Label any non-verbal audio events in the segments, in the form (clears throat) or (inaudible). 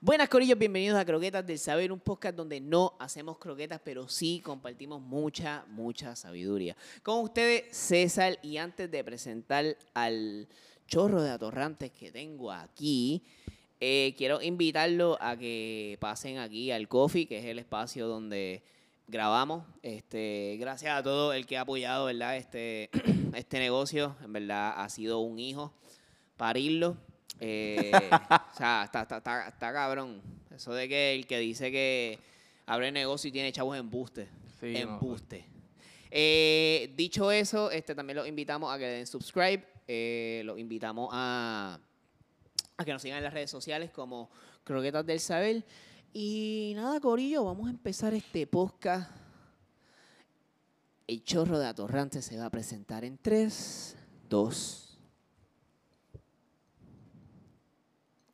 Buenas Corillos, bienvenidos a Croquetas del Saber, un podcast donde no hacemos croquetas, pero sí compartimos mucha, mucha sabiduría. Con ustedes, César, y antes de presentar al chorro de atorrantes que tengo aquí, eh, quiero invitarlo a que pasen aquí al Coffee, que es el espacio donde grabamos. Este, gracias a todo el que ha apoyado, ¿verdad? Este, (clears throat) este negocio, en verdad, ha sido un hijo parirlo. (laughs) Eh, o sea, está, está, está, está cabrón. Eso de que el que dice que abre negocio y tiene chavos embuste. Sí, no, embuste. Eh, dicho eso, este, también los invitamos a que le den subscribe. eh, los invitamos a, a que nos sigan en las redes sociales como Croquetas del Saber. Y nada, Corillo, vamos a empezar este podcast. El chorro de atorrante se va a presentar en 3, 2,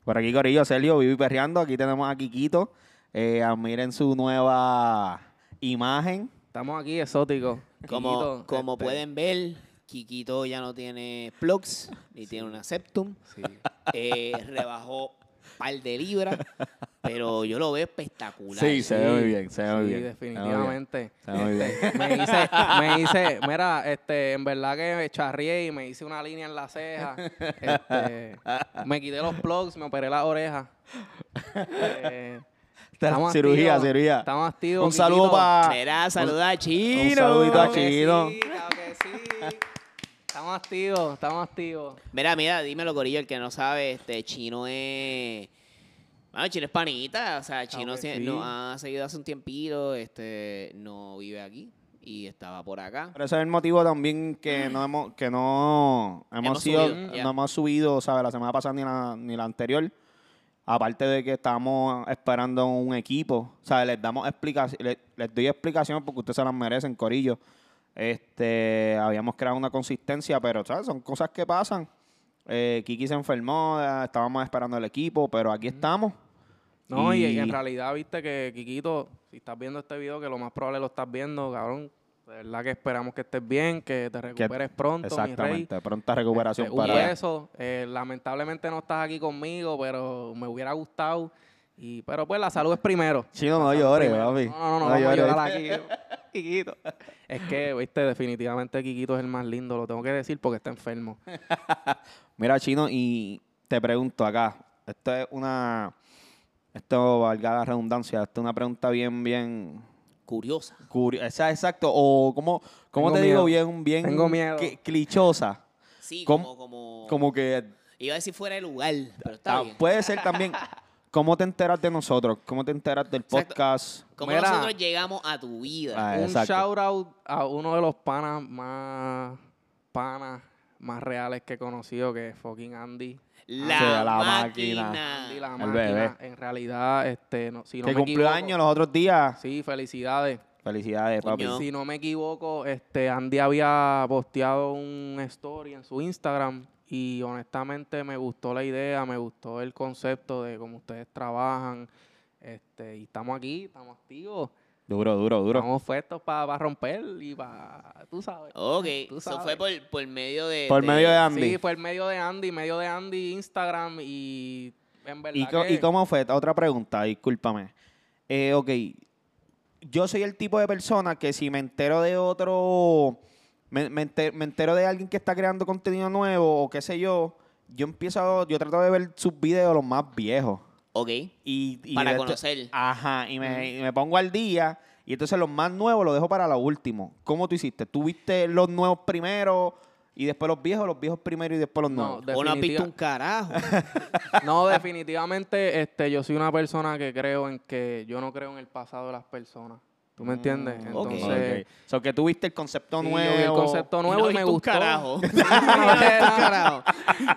Por aquí, Corillo, Sergio, Vivi Perreando. Aquí tenemos a Kikito. Eh, admiren su nueva imagen. pues, Estamos aquí exóticos. Como, Quiquito, como este, pueden ver, Kikito ya no tiene plugs ni tiene una septum. sí. (laughs) Eh, rebajó par de libras, pero yo lo veo espectacular. Sí, se ve muy bien, se ve muy Sí, bien, definitivamente. se ve (laughs) muy bien. Este, me hice, me hice, mira, este, en verdad que me charrié y me hice una línea en la ceja. Este, me quité los plugs, me operé la (laughs) oreja. Eh, estamos cirugía, activos, cirugía. Estamos activos. Un saludo Quiquito. para. Mira, saluda a Chino. Ah, un saludito a Claro que Chiquito. sí, claro que sí. Estamos activos, estamos activos. Mira, mira, dímelo, Corillo, el que no sabe, este Chino es. Bueno, Chino es panita, o Ah, sea, Chino que se- sí. nos ha seguido hace un tiempito, este, no vive aquí y estaba por acá. Pero ese es el motivo también que no hemos, que no hemos, Hemos sido, subido, ya. no hemos subido, ¿sabes? La semana pasada ni la, ni la anterior. Aparte de que estamos esperando un equipo, ¿sabes? Les damos explicaciones, les, les doy explicaciones porque ustedes se las merecen, Corillo. Este, habíamos creado una consistencia, pero, ¿sabes? Son cosas que pasan. Eh, Kiki se enfermó, eh, estábamos esperando el equipo, pero Mm. aquí estamos. No, y, Y- en realidad, viste que Kikito, si estás viendo este video, que lo más probable lo estás viendo, cabrón. De verdad que esperamos que estés bien, que te recuperes pronto, mi rey. Exactamente, pronta recuperación Este, un para beso. Eh, lamentablemente no estás aquí conmigo, pero me hubiera gustado. Y, pero pues la salud es primero. Chino, no La salud llores, primero. papi. No, no, no, No vamos a llores. llorar (laughs) aquí. Kikito. Es que, viste, definitivamente Kikito es el más lindo, lo tengo que decir porque está enfermo. Mira, Chino, y te pregunto acá. Esto es una. Esto, valga la redundancia, esto es una pregunta bien, bien Curiosa. curiosa. Exacto. O, ¿cómo, cómo Tengo te miedo. digo? Bien, bien. Tengo miedo. cli- clichosa. Sí, ¿Cómo? como, como, Como que. Iba a decir fuera de lugar, pero está ah, bien. puede ser también. ¿Cómo te enteras de nosotros? ¿Cómo te enteras del Exacto. podcast? Como Mira. nosotros llegamos a tu vida. Ah, un exacto. shout out a uno de los panas más panas más reales que he conocido, que es fucking Andy. La, Sí, la máquina. máquina. Andy la El máquina. bebé. En realidad, este, no, si no que me cumplió equivoco- años los otros días. Sí, felicidades. Felicidades, papi. Coño. Si no me equivoco, este Andy había posteado un story en su Instagram y honestamente me gustó la idea, me gustó el concepto de cómo ustedes trabajan. Este, y estamos aquí, estamos activos, Duro, duro, duro. estamos puestos para romper y para, tú sabes. Ok, Tú eso sabes. fue por, por medio de... Por medio de Andy. Sí, fue el medio de Andy, medio de Andy, Instagram y en verdad ¿Y, co- que- y cómo fue? Otra pregunta, discúlpame. Eh, ok, yo soy el tipo de persona que si me entero de otro, me, me enter- me entero, de alguien que está creando contenido nuevo o qué sé yo, yo empiezo, yo trato de ver sus videos los más viejos. Ok, Y, y Para de- conocer. Ajá, y me, y me pongo al día y entonces los más nuevos los dejo para lo último. ¿Cómo tú hiciste? ¿Tú viste los nuevos primero y después los viejos, los viejos primero y después los No, nuevos? o no has visto definitiva- un (laughs) carajo. No, definitivamente, este, yo soy una persona que creo en que yo no creo en el pasado de las personas. ¿Tú me entiendes? Mm, ok. Entonces, ok. O sea, que tú viste el concepto sí, yo vi nuevo. el concepto nuevo no y me viste un gustó. carajo. Sí, (laughs) no, no, carajo.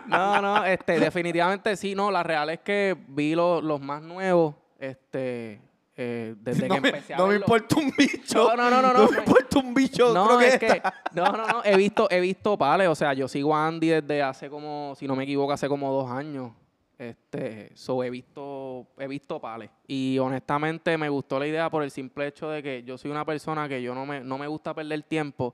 No, no, este, definitivamente sí, no, la real es que vi lo- los más nuevos, este, eh, desde (laughs) no que me, empecé a no me verlo. importa un bicho. No, no, no, no, (laughs) No, no, me me- importa un bicho. no, creo que es que, esta- no, no, no, he visto, he visto pales, o sea, yo sigo a Andy desde hace como, si no me equivoco, hace como dos años. Este, so he visto, he visto pales. Y honestamente me gustó la idea por el simple hecho de que yo soy una persona que yo no me, no me gusta perder tiempo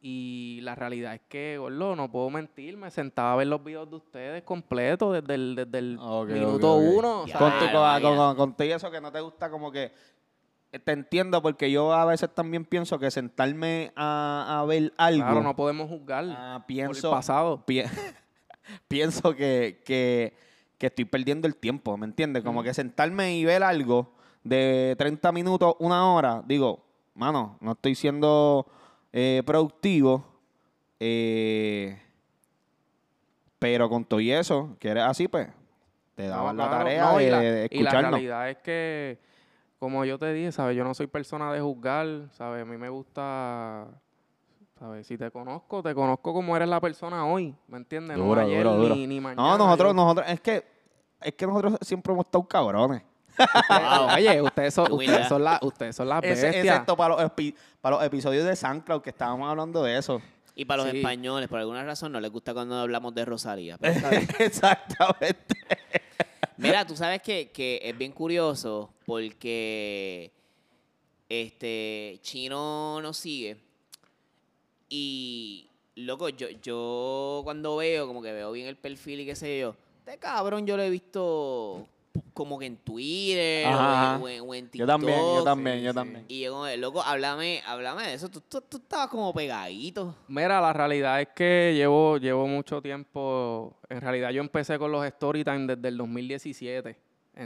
Y la realidad es que, gordo, no puedo mentir, me sentaba a ver los videos de ustedes completos desde el, desde el Ok, minuto ok, ok. uno. o Ya. sea, Con, tu- Claro, con- ya. con- contigo eso que no te gusta, como que eh, te entiendo, porque yo a veces también pienso que sentarme a, a ver algo, claro, no podemos juzgar ah, por el pienso, pasado. pie- pienso que, que- que estoy perdiendo el tiempo, ¿me entiendes? Como que sentarme y ver algo de 30 minutos, una hora, digo, mano, no estoy siendo eh, productivo, eh, pero con todo y eso, que eres así, pues, te daban No, la claro, tarea no, de, y, la, de y la escucharnos. realidad es que, como yo te dije, ¿sabes? Yo no soy persona de juzgar, ¿sabes? A mí me gusta, ¿sabes? Si te conozco, te conozco como eres la persona hoy, ¿me entiendes? Duro, no ayer duro, duro. Ni, ni mañana. No, nosotros, yo- nosotros, es que, es que nosotros siempre hemos estado cabrones. Ah, Ustedes- Oye, ustedes son, Qué buena. ustedes son, la- ustedes son las Ese- bestias. Excepto para los, epi- para los episodios de SoundCloud que estábamos hablando (laughs) de eso. (laughs) Y para los Sí. españoles, por alguna razón, no les gusta cuando hablamos de Rosalía. (laughs) pero está bien. Exactamente. (laughs) Mira, tú sabes que, que es bien curioso porque este Chino nos sigue y loco, yo, yo cuando veo, como que veo bien el perfil y qué sé yo, este cabrón yo lo he visto como que en Twitter o en- Ajá. o en, o en Yo TikTok. también, yo sí, también, yo sí. también. Y yo como, que, loco, háblame, háblame de eso. Tú, tú- tú estabas como pegadito. Mira, la realidad es que llevo, llevo mucho tiempo. En realidad, yo empecé con los story time desde el 2017.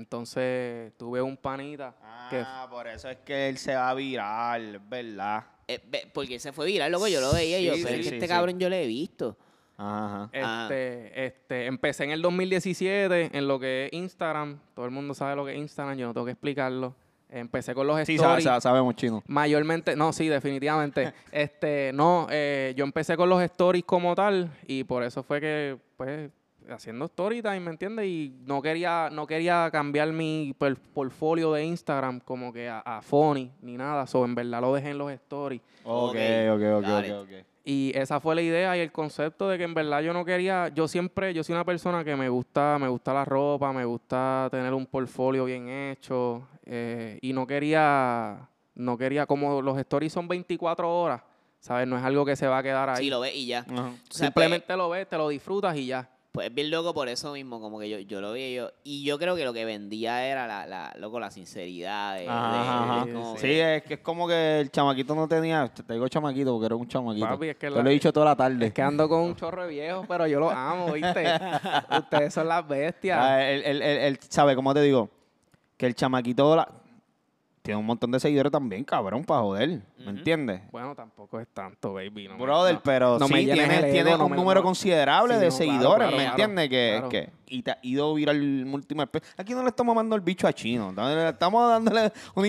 Entonces, tuve un panita que. Ah, por eso es que él se va a virar, es ¿verdad? Eh, ve- porque se fue viral, loco, yo lo veía y yo, Sí, pero sí, es que sí, este sí. cabrón yo lo he visto. Ajá. Ah. Este, este, empecé en el 2017 en lo que es Instagram. Todo el mundo sabe lo que es Instagram, yo no tengo que explicarlo. Empecé con los Sí, stories. sabe- sabe- sabemos chino. Mayormente, no, sí, definitivamente. este, no, eh, yo empecé con los stories como tal y por eso fue que, pues, haciendo story time, ¿me entiendes? Y no quería, no quería cambiar mi per- portfolio de Instagram como que a, a funny ni nada. So, en verdad lo dejé en los stories. Ok, Ok, ok, ok, got ok. it. ok. Y esa fue la idea y el concepto de que en verdad yo no quería, yo siempre, yo soy una persona que me gusta, me gusta la ropa, me gusta tener un portfolio bien hecho eh, y no quería, no quería, como los stories son 24 horas, ¿sabes? No es algo que se va a quedar ahí. Sí, lo ves y ya. Ajá. O sea, pues, Simplemente lo ves, te lo disfrutas y ya. Pues es bien loco por eso mismo, como que yo, yo lo vi y yo, y yo creo que lo que vendía era la, la loco, la sinceridad de, de- Ajá, de ajá. como Sí, que- es Eh, que es como que el chamaquito no tenía. Te digo chamaquito porque era un chamaquito. Papi, es que Te la- lo he dicho toda la tarde. Es que ando con un chorro de viejo, pero yo lo amo, (laughs) ¿viste? Ustedes son las bestias. Ah, él, él- él- él sabe, ¿cómo te digo? Que el chamaquito la- tiene un montón de seguidores también, cabrón, para joder. ¿Me entiendes? Bueno, tampoco es tanto, baby. no me- Brother, no. pero no me sí, llenes tiene, el ego, tiene no un me- número no. considerable Sí, de no, claro, seguidores, claro, ¿me claro, entiendes? Que, claro. que- y te ha ido viral múltiples veces. Aquí no le estamos mandando el bicho a chino, dale- estamos dándole una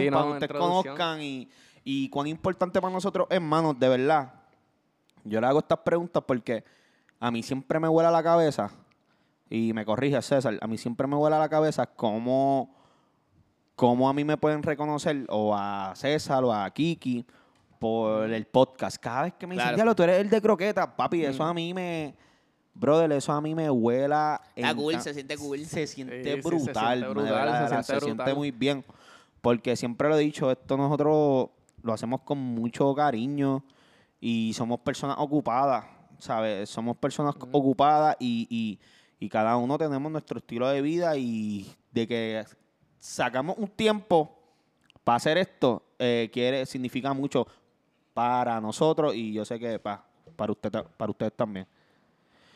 (laughs) Sí, no, para una que ustedes introducción. conozcan y, y cuán importante para nosotros, hermanos, de verdad. Yo le hago estas preguntas porque a mí siempre me vuela la cabeza, y me corrige César, a mí siempre me vuela la cabeza cómo cómo a mí me pueden reconocer, o a César, o a Kiki, por el podcast. Cada vez que me dicen, Claro. diablo, tú eres el de croqueta, papi, eso a mí me. Brother, eso a mí me huela. Está en cool, ca- se siente cool. Se siente Sí, sí, se brutal, siente man, de brutal, verdad, se de verdad, se, siente siente brutal. muy bien. Porque siempre lo he dicho, esto nosotros lo hacemos con mucho cariño y somos personas ocupadas, ¿sabes? Somos personas ocupadas y, y- y cada uno tenemos nuestro estilo de vida y de que sacamos un tiempo para hacer esto, eh, quiere, significa mucho para nosotros y yo sé que pa- para, usted, ta- para ustedes también.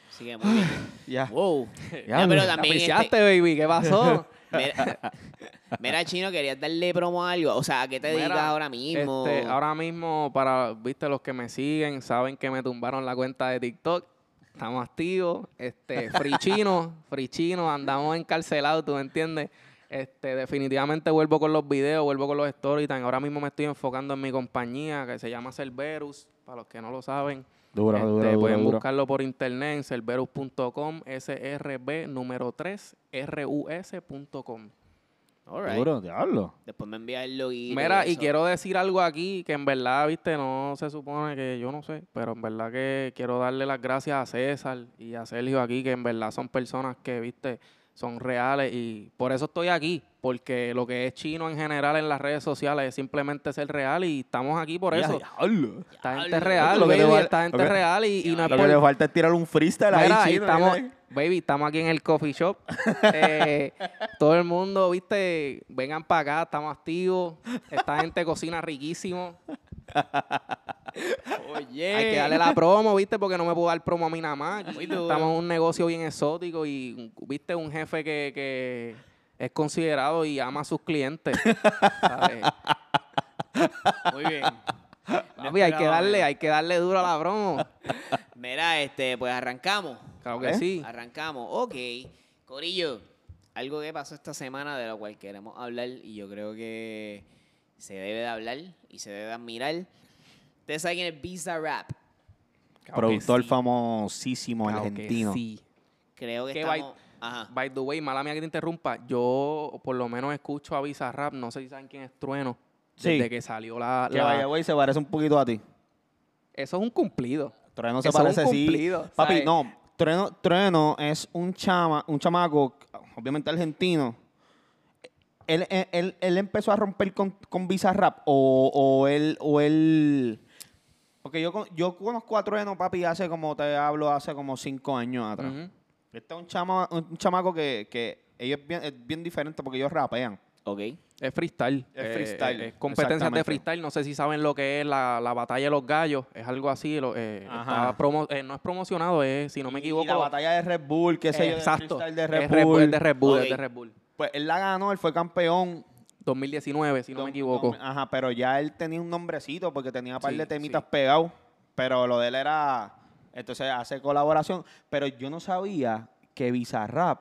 Así que muy bien. Ya. Wow. Ya, No, pero me- también Apreciaste, este- baby, ¿qué pasó? (laughs) mira, mira, Chino, querías darle promo a algo. O sea, ¿a qué te Mira, dedicas ahora mismo? Este, ahora mismo, para viste los que me siguen, saben que me tumbaron la cuenta de TikTok. Estamos activos. Este, free chino, free chino, andamos encarcelados, ¿tú me entiendes? Este, definitivamente vuelvo con los videos, vuelvo con los stories. time. Ahora mismo me estoy enfocando en mi compañía que se llama Cerberus, para los que no lo saben. Duro, Este, duro, duro, pueden duro. buscarlo por internet en cerberus.com, SRB número 3, RUS.com. All right. Duro, diablo. Después me envías el loguito. Mira, y eso. (laughs) quiero decir algo aquí que en verdad, viste, no se supone que yo no sé, pero en verdad que quiero darle las gracias a César y a Sergio aquí, que en verdad son personas que, viste, son reales y por eso estoy aquí, porque lo que es chino en general en las redes sociales es simplemente ser real y estamos aquí por eso. Esta gente es real, Lo que te baby, va- esta gente lo es que- real y, y no es Lo que le Ah, por... falta es tirar un freestyle ahí, Mira, ahí chino, estamos, mira. baby, estamos aquí en el coffee shop. (laughs) Eh, todo el mundo, viste, vengan para acá, estamos activos. Esta gente cocina riquísimo. Oye. Hay que darle la promo, viste, porque no me puedo dar promo a mí nada más. Aquí Eh. Muy duro. Estamos en un negocio bien exótico y, viste, un jefe que, que es considerado y ama a sus (laughs) clientes. ¿sabes? Muy bien. No Papi, hay que esperaba darle, menos. hay que darle duro a la promo. (laughs) Mira, este, pues arrancamos. Claro que ¿Eh? sí. Arrancamos. Ok. Corillo, algo que pasó esta semana de lo cual queremos hablar y yo creo que se debe de hablar y se debe de admirar. Ustedes saben quién es Visa Rap. Productor famoso famosísimo argentino. Sí. Creo que Qué estamos... Ah. Ajá. By the way, mala mía que te interrumpa, yo por lo menos escucho a Bizarrap, no sé si saben quién es Trueno, Sí. desde que salió la... Que la- vaya, güey, se parece un poquito a ti. Eso es un cumplido. Trueno se Eso es un parece sí. cumplido, Papi, ¿sabes? no. Trueno, Trueno es un chama, un chamaco, obviamente argentino. Él, él, él- él empezó a romper con, con Bizarrap o, o él, o él. Porque yo, con- yo conozco a Trueno, papi, hace como te hablo, hace como cinco años atrás. Ujú. Este es un, chama, un chamaco que, que ellos es bien, es bien diferente porque ellos rapean. Ok. Es freestyle. Es Eh, freestyle, eh, es competencias de exactamente. freestyle. No sé si saben lo que es la, la batalla de los gallos. Es algo así. lo- eh, Ajá. está promo- eh, no es promocionado, es, si no me equivoco. Y la batalla de Red Bull, qué sé yo, eh, del exacto. freestyle de Es Red Red Bull, Bull. es de Red Bull, es Ok. de Red Bull. Pues él la ganó, él fue campeón. 2019, si no me Dom- equivoco. Dom- Ajá, pero ya él tenía un nombrecito porque tenía un par Sí, de temitas sí. pegados. Pero lo de él era. Entonces hace colaboración. Pero yo no sabía que Bizarrap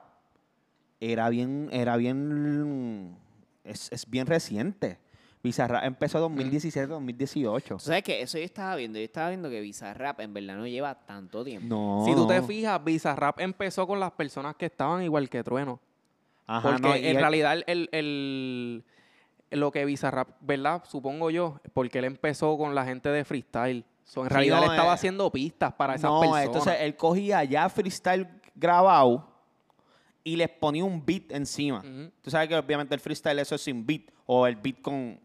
era bien. Era bien. Es, es bien reciente. Bizarrap empezó 2017, 2018. ¿Tú sabes qué? Eso yo estaba viendo. Yo estaba viendo que Visa Rap en verdad no lleva tanto tiempo. No. si tú te no. fijas, Bizarrap empezó con las personas que estaban igual que Trueno. Ajá, porque no, y en él- realidad el, el- lo que Bizarrap, ¿verdad? Supongo yo, porque él empezó con la gente de freestyle. So, en Sí, realidad no, él estaba eh, haciendo pistas para esas no, personas. entonces él cogía ya freestyle grabado y les ponía un beat encima. Ujú. Tú sabes que obviamente el freestyle eso es sin beat o el beat con,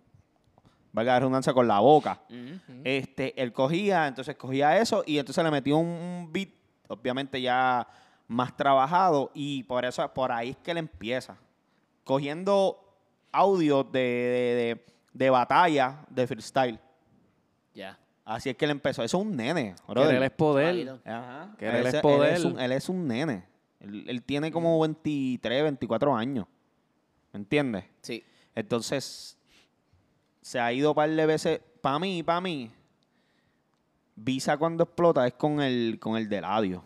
valga la redundancia, con la boca. Ujú. Mm. Este, él cogía, entonces cogía eso y entonces le metió un, un beat, obviamente ya más trabajado y por eso, por ahí es que él empieza. Cogiendo audio de, de- de- de batalla de freestyle. Ya. Así es que él empezó. Eso es un nene, brother. Querer es poder. Válido. Ajá. Que él es Ese- poder. Él es, un, él es un nene. Él, él tiene como 23, 24 años. ¿Me entiendes? Sí. Entonces, se ha ido par de veces. Para mí, para mí, Visa cuando explota es con el, con el de ladio.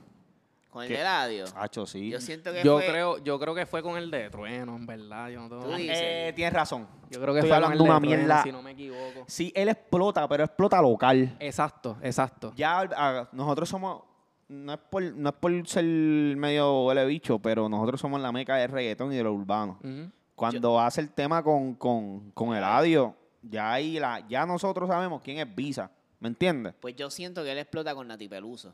Con el ¿Qué? de radio. Hacho, sí. Yo siento que Yo fue- creo, yo creo que fue con el de Trueno, en verdad. Yo, no tengo- Tú dices. Eh, tienes razón. yo creo que Estoy fue hablando con el una de Trueno, mierda. si no me equivoco. Sí, él explota, pero explota local. Exacto, exacto. Ya ah, nosotros somos. No es, por, no es por ser medio huele bicho, pero nosotros somos la meca del reggaetón y de lo urbano. Ujú. Cuando hace el tema con, con, con Eladio, ya ahí la, ya nosotros sabemos quién es Visa. ¿Me entiendes? Pues yo siento que él explota con Nati Peluso.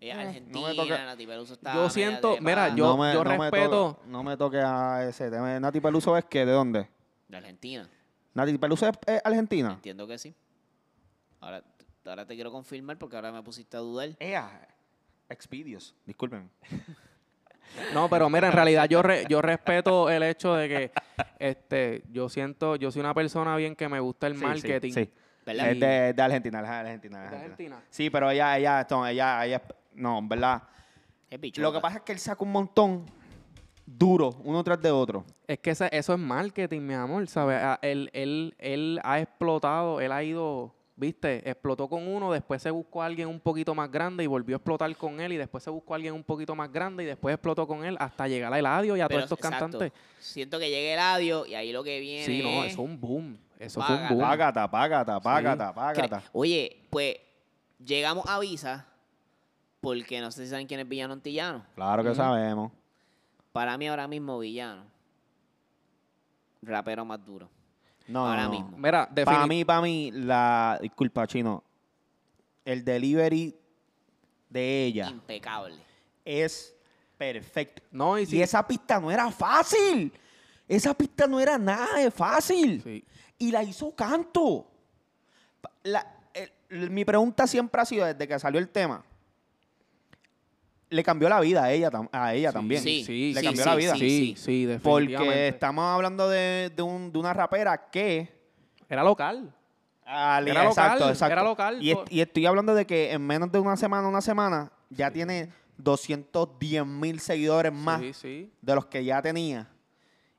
Eh, Ella es no me argentina, toca- Nati Peluso está. Yo media siento- trepa. mira, yo- no me, no me respeto- toque- no me toque a ese tema. Nati Peluso es que, ¿de dónde? De Argentina, Nati Peluso es, es argentina. entiendo que sí. Ahora, ahora te quiero confirmar porque ahora me pusiste a dudar. Ea, Expedios. Disculpen. No, pero mira, en realidad yo re- yo respeto el hecho de que este, yo siento, yo soy una persona bien que me gusta el Sí, sí, marketing. sí. ¿Verdad? Es de, es de Argentina, es de Argentina. es ¿De de Argentina? Sí, pero ella, ella, esto, ella, ella, no, en verdad. Es bichota. Lo que pasa es que él saca un montón duro, uno tras de otro. Es que esa- eso es marketing, mi amor, ¿sabes? Ah, Él, él, él ha explotado, él ha ido, viste, explotó con uno, después se buscó a alguien un poquito más grande y volvió a explotar con él, y después se buscó a alguien un poquito más grande y después explotó con él hasta llegar a Eladio y a Pero, todos estos exacto, cantantes. Siento que llega el audio y ahí lo que viene. Sí, no, eso es- es un boom. Eso fue Págata. un boom. Págata, págata, págata, págata. Cre- Oye, pues llegamos a Visa porque no sé si saben quién es Villano Antillano. Claro que Ujú. sabemos. Para mí ahora mismo Villano. Rapero más duro. No, Ahora no, no. mismo. Mira, Para defini- mí, para mí, la. Disculpa, chino. El delivery de ella Impecable. es. perfecto. No, y Y si. esa pista no era fácil. Esa pista no era nada de fácil. Sí. Y la hizo canto. Pa- la- el- el- mi pregunta siempre ha sido, desde que salió el tema, le cambió la vida a ella, tam- a ella también. sí, Le cambió la vida. Sí, Sí, sí. sí, Porque definitivamente. estamos hablando de, de un- de una rapera que... Era local. al- Era local, era local, pues. Y, es- por- y estoy hablando de que en menos de una semana, una semana, ya tiene 210 mil seguidores más Sí, sí. de los que ya tenía.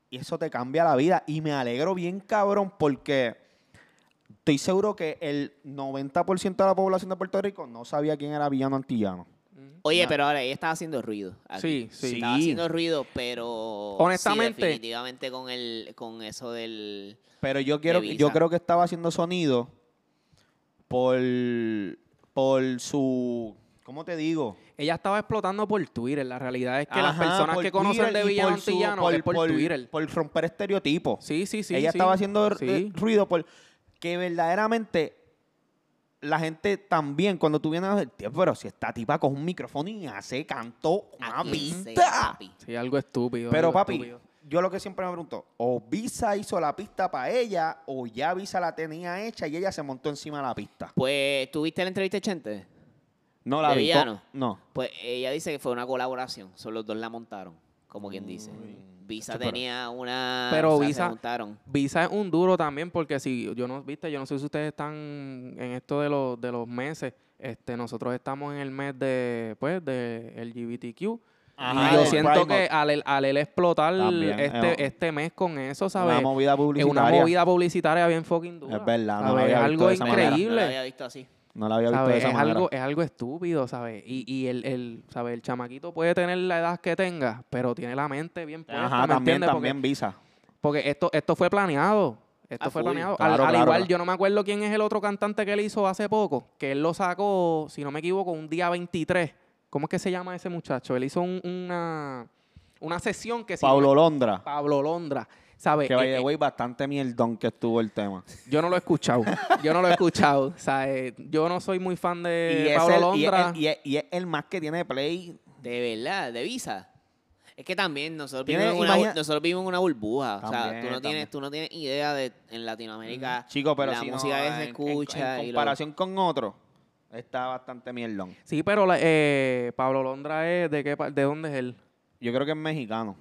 Y eso te cambia la vida. Y me alegro bien, cabrón, porque estoy seguro que el 90% de la población de Puerto Rico no sabía quién era Villano Antillano. Oye, pero ahora ella estaba haciendo ruido. aquí. Sí, sí. Estaba Sí. haciendo ruido, pero. Honestamente- Sí, definitivamente con, el, con eso del. Pero yo quiero, De yo Visa. creo que estaba haciendo sonido por, por su. ¿Cómo te digo? Ella estaba explotando por Twitter. La realidad es que las Ajá, personas por que conocen de Twitter y Villano por su- Antillano es por, Twitter. Por romper estereotipos. sí, sí, sí. Ella sí. estaba haciendo eh, r- Sí. ruido por que verdaderamente la gente también, cuando tú vienes a ver, "Tío, pero si esta tipa con un micrófono y hace canto una aquí pinta. sea, papi. Sí, algo estúpido. Pero algo papi, estúpido. yo lo que siempre me pregunto, o Visa hizo la pista para ella, o ya Visa la tenía hecha y ella se montó encima de la pista. Pues, ¿tuviste la entrevista de Chente? No la ¿De vi. Villano? co- No. Pues ella dice que fue una colaboración. Son los dos la montaron, como quien dice. Visa Chacho, pero- tenía una. Pero o sea, Visa- Se montaron. Visa es un duro también porque si yo no, viste, yo no sé si ustedes están en esto de los de los meses, este nosotros estamos en el mes de pues de LGBTQ Ajá, y yo del siento Pride que Month. al, él- al él explotar También, eh, este, este mes con eso, ¿sabes? Una movida Es publicitaria. una movida publicitaria bien fucking dura. Es verdad, no ¿sabes? lo había Es visto algo de esa manera. No la increíble. había visto así. No la había visto de ¿sabes? esa Es, manera. algo, es algo estúpido, ¿sabes? Y, y el, el, ¿sabes? el chamaquito puede tener la edad que tenga, pero tiene la mente bien puesta, ¿me Ajá, también, entiendes? Porque- también Visa. porque esto, esto fue planeado. Esto Ah, fue full. planeado. Claro, al al claro, igual, claro. yo no me acuerdo quién es el otro cantante que él hizo hace poco, que él lo sacó, si no me equivoco, un día 23. ¿Cómo es que se llama ese muchacho? Él hizo un- una, una sesión que se Pablo Londra. Pablo Londra. ¿Sabes? Eh, Que by the way, bastante mierdón que estuvo el tema. yo no lo he escuchado. yo no lo he escuchado. (laughs) O sea, eh, yo no soy muy fan Eh, de es Pablo el- y es Londra. el- y es- y es el más que tiene play. De verdad, de Visa. Es que también nosotros Tiene- vivimos, en una, imagina- bur- nosotros vivimos en una burbuja. o sea, También, tú no, también. tienes, tú no tienes idea de en Latinoamérica Chico, pero la si no, música que se en- en- escucha. En, y lo- comparación con otro, está bastante mierdón. Sí, pero la- eh, Pablo Londra es de qué pa- de dónde es él. Yo creo que es mexicano.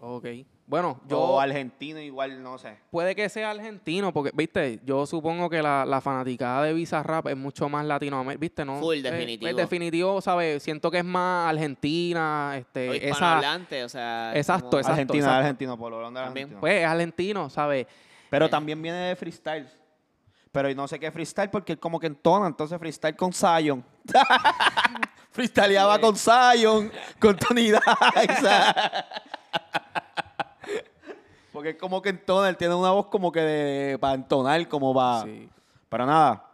Ok. Bueno, yo o argentino igual, no sé. Puede que sea argentino, porque, viste, yo supongo que la, la fanaticada de Bizarrap es mucho más latinoamericana, viste, ¿no? Full, Eh, definitivo. Es, definitivo, ¿sabes? Siento que es más argentina, o este, esa, hispanohablante, o sea. Exacto, como- exacto. argentino, argentino, por lo menos También. argentino. pues, es argentino, ¿sabes? Eh. Pero también viene de freestyle. Pero no sé qué freestyle porque él como que entona, entonces freestyle con Zion. (laughs) Freestyleaba con Zion, con (laughs) Tony Dice. porque es como que entona, él tiene una voz como que de para entonar, como Ah. para... Sí. Para nada.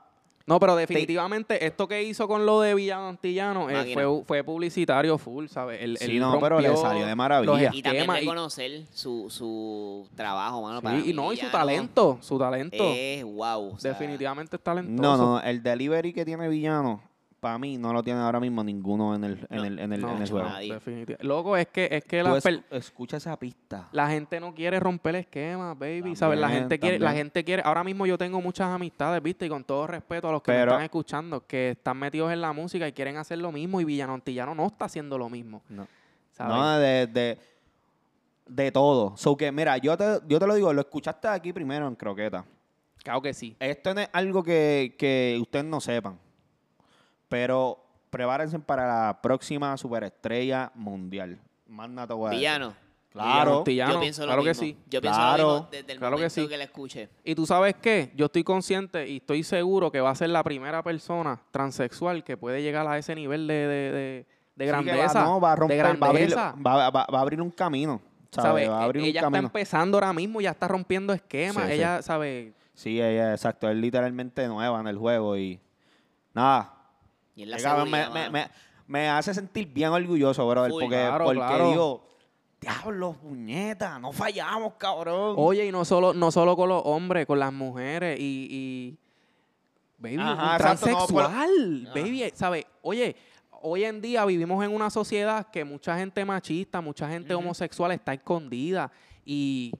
No, pero definitivamente esto que hizo con lo de Villano Antillano eh, Máquina. fue, fue publicitario full, ¿sabes? Él- Sí, él no, pero le rompió salió de maravilla. los Y Y también esquemas reconocer su, su trabajo, mano. para sí, y mí, no, y su Villano talento, su talento. Es wow. o sea, definitivamente es talentoso. No, no, el delivery que tiene Villano, para mí no lo tiene ahora mismo ninguno en el, en No, el, en el, en el no. juego. Pues Nadie. definitivamente. Loco, es que, es que Tú las es- per- escucha esa pista. La gente no quiere romper esquemas, baby. ¿Sabes? La También, gente quiere, la también. gente quiere. Ahora mismo yo tengo muchas amistades, viste, y con todo respeto a los que me Pero- están escuchando, que están metidos en la música y quieren hacer lo mismo, y Villano Antillano no está haciendo lo mismo. No. ¿sabes? No, de, de, de todo. So que, mira, yo te, yo te lo digo, lo escuchaste aquí primero en Croqueta. Claro que sí. Esto no es algo que, que ustedes no sepan. Pero prepárense para la próxima superestrella mundial. Más nato voy a decir. Villano. Claro. Villano yo Antillano, pienso lo claro que mismo. sí. Yo pienso Claro, lo mismo desde el claro que momento sí. que, la escuché. Y tú sabes qué, yo estoy consciente y estoy seguro que va a ser la primera persona transexual que puede llegar a ese nivel de, de, de- de Sí que va- grandeza. no, va a romper, de va a abrir, grandeza. va- va- va a abrir un camino. ¿sabes? ¿sabes? Va a abrir ella un está camino. empezando ahora mismo, ya está rompiendo esquemas. Sí, sí. ella, ¿sabes? Sí, ella, exacto. Es literalmente nueva en el juego y. Nada. Y en la Llegaba, seguridad, me, me- mano. me- me hace sentir bien orgulloso, brother, Full. porque, Claro, porque claro. digo, diablos, puñeta, no fallamos, cabrón. Oye, y no solo, no solo con los hombres, con las mujeres y. y- baby, Ajá, un exacto, no, transexual. Baby, ¿sabes? Oye, hoy en día vivimos en una sociedad que mucha gente machista, mucha gente Ujú. homosexual está escondida y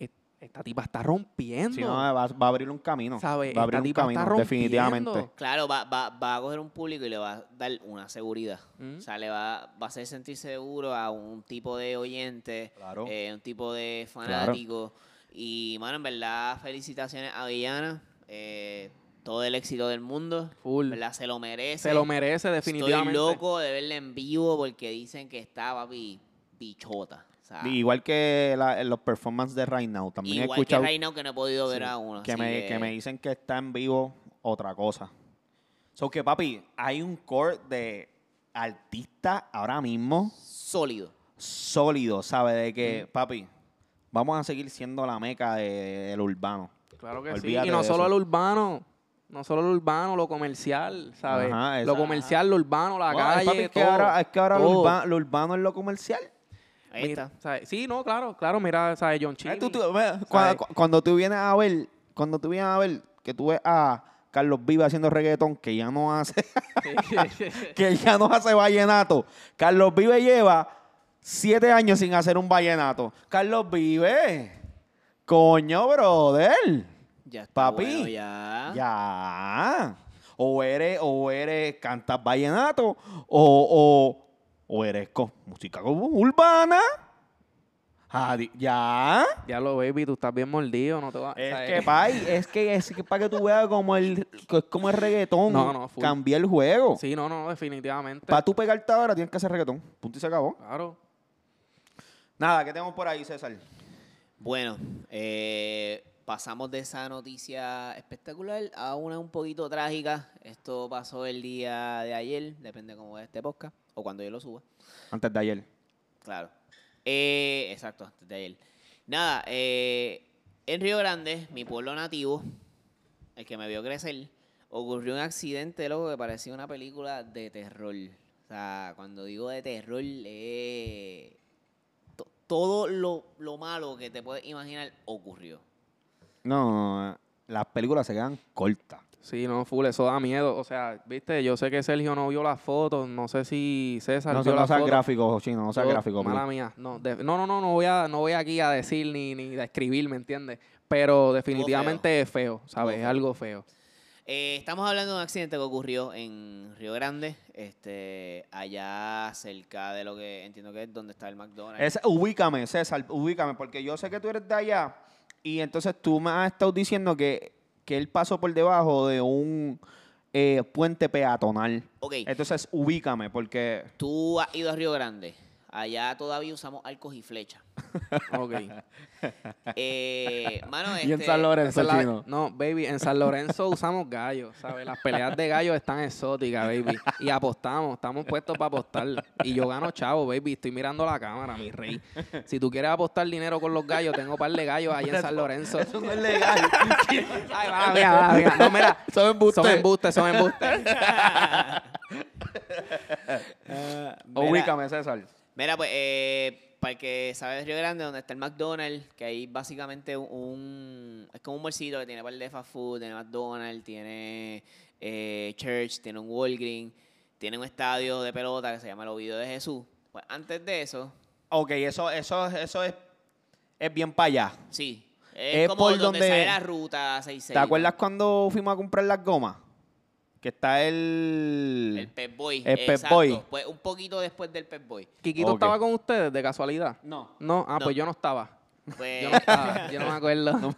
e- esta tipa está rompiendo. Si no, va, va a abrir un camino. ¿Sabe? Va a abrir Esta un tipa está camino, definitivamente. rompiendo. Claro, va, va, va a coger un público y le va a dar una seguridad. Mm. O sea, le va, va a hacer sentir seguro a un tipo de oyente, Claro. eh, un tipo de fanático. Y, mano, en verdad, felicitaciones a Villana. eh, todo el éxito del mundo. Full. ¿Verdad? Se lo merece. Se lo merece definitivamente. Estoy loco de verla en vivo porque dicen que está, papi, bichota. O sea, Igual que la- en los performances de Right Now. También he Ah. igual escuchado que Reina, que no he podido ver a uno. que así me, que me dicen que está en vivo otra cosa. So que, papi, hay un core de artistas ahora mismo Sólido. sólido, ¿sabes? De Mm. que, papi, vamos a seguir siendo la meca de- del urbano. Claro que Olvídate sí. Y no de solo eso. el urbano, no solo el urbano, lo comercial, ¿sabes? Ajá, lo esa- comercial, lo urbano, la No, calle, papi, es que todo, ahora, es que ahora lo, todo. urba- lo urbano es lo comercial. Ahí Mira, está. ¿sabes? Sí, no, claro, claro, mira, ¿sabes? John Chimmy. Eh, tú- tú- (laughs) ve, cuando, cu- cuando tú vienes a ver, cuando tú vienes a ver que tú ves a Carlos Vive haciendo reggaetón, que ya no hace, (laughs) que ya no hace vallenato. Carlos Vive lleva siete años sin hacer un vallenato. Carlos Vive, coño, brother. Ya está Papi, bueno, ya. Ah. Ya. O eres, o eres, cantas vallenato, o, o, o eres con música como urbana. Adi- ya. Ya lo, baby, tú estás bien mordido, no te vas Es ¿sabes? que, pay, es que es que para que tú veas como el, que es como el reggaetón. No, no, full. Cambia el juego. Sí, no, no, definitivamente. Para tú pegarte ahora tienes que hacer reggaetón. Punto y se acabó. Claro. Nada, ¿qué tenemos por ahí, César? Bueno, eh, pasamos de esa noticia espectacular a una un poquito trágica. Esto pasó el día de ayer, depende cómo vea este podcast, o cuando yo lo suba. Antes de ayer. Claro. Eh, exacto, antes de ayer. Nada, eh, en Río Grande, mi pueblo nativo, el que me vio crecer, ocurrió un accidente, loco, que parecía una película de terror. O sea, cuando digo de terror, eh, to- todo lo, lo malo que te puedes imaginar ocurrió. No, las películas se quedan cortas. Sí, no, full, eso da miedo. O sea, viste, yo sé que Sergio no vio las fotos, no sé si César No, vio no las seas fotos. gráfico, chino, no seas Yo- gráfico. Mala please. mía. No, de- no, no, no, no voy, a, no voy aquí a decir ni, ni a escribir, ¿me entiendes? Pero definitivamente es feo, ¿sabes? Estuvo Es feo. algo feo. Eh, estamos hablando de un accidente que ocurrió en Río Grande, este, allá cerca de lo que entiendo que es donde está el McDonald's. Es- ubícame, César, ubícame, porque yo sé que tú eres de allá y entonces tú me has estado diciendo que, que él pasó por debajo de un eh, puente peatonal. Ok. Entonces, ubícame, porque Tú has ido a Río Grande. Allá todavía usamos arcos y (laughs) flechas. Ok. Eh, mano, este, Esa es la- no, baby, en San Lorenzo (laughs) usamos gallos, ¿sabes? Las peleas de gallos están exóticas, baby. Y apostamos, estamos puestos para apostar. Y yo gano chavo, baby. Estoy mirando la cámara, mi rey. Si tú quieres apostar dinero con los gallos, tengo par de gallos ahí en San Lorenzo. eso no es legal. (laughs) Ay, va, mira, va, mira. No, mira, Son Son embustes. embustes, son embustes. Mira, Ubícame, César. mira, pues, eh, para el que sabe de Río Grande, donde está el McDonald's, que hay básicamente un... Es como un bolsito que tiene par de fast food, tiene McDonald's, tiene eh, Church, tiene un Walgreens, tiene un estadio de pelota que se llama El Ovidio de Jesús. Pues antes de eso, Ok, eso, eso, eso es, es bien para allá. sí. Es, Es como por donde, donde- sale la ruta 66. ¿Te acuerdas ¿no? cuando fuimos a comprar las gomas? Que está el... El Pep Boy. El Pep exacto. Boy. Pues un poquito después del Pep Boy. Kikito Ok. estaba con ustedes de casualidad. No. No, ah, No. pues yo no estaba. Pues, Yo no estaba, yo no me acuerdo.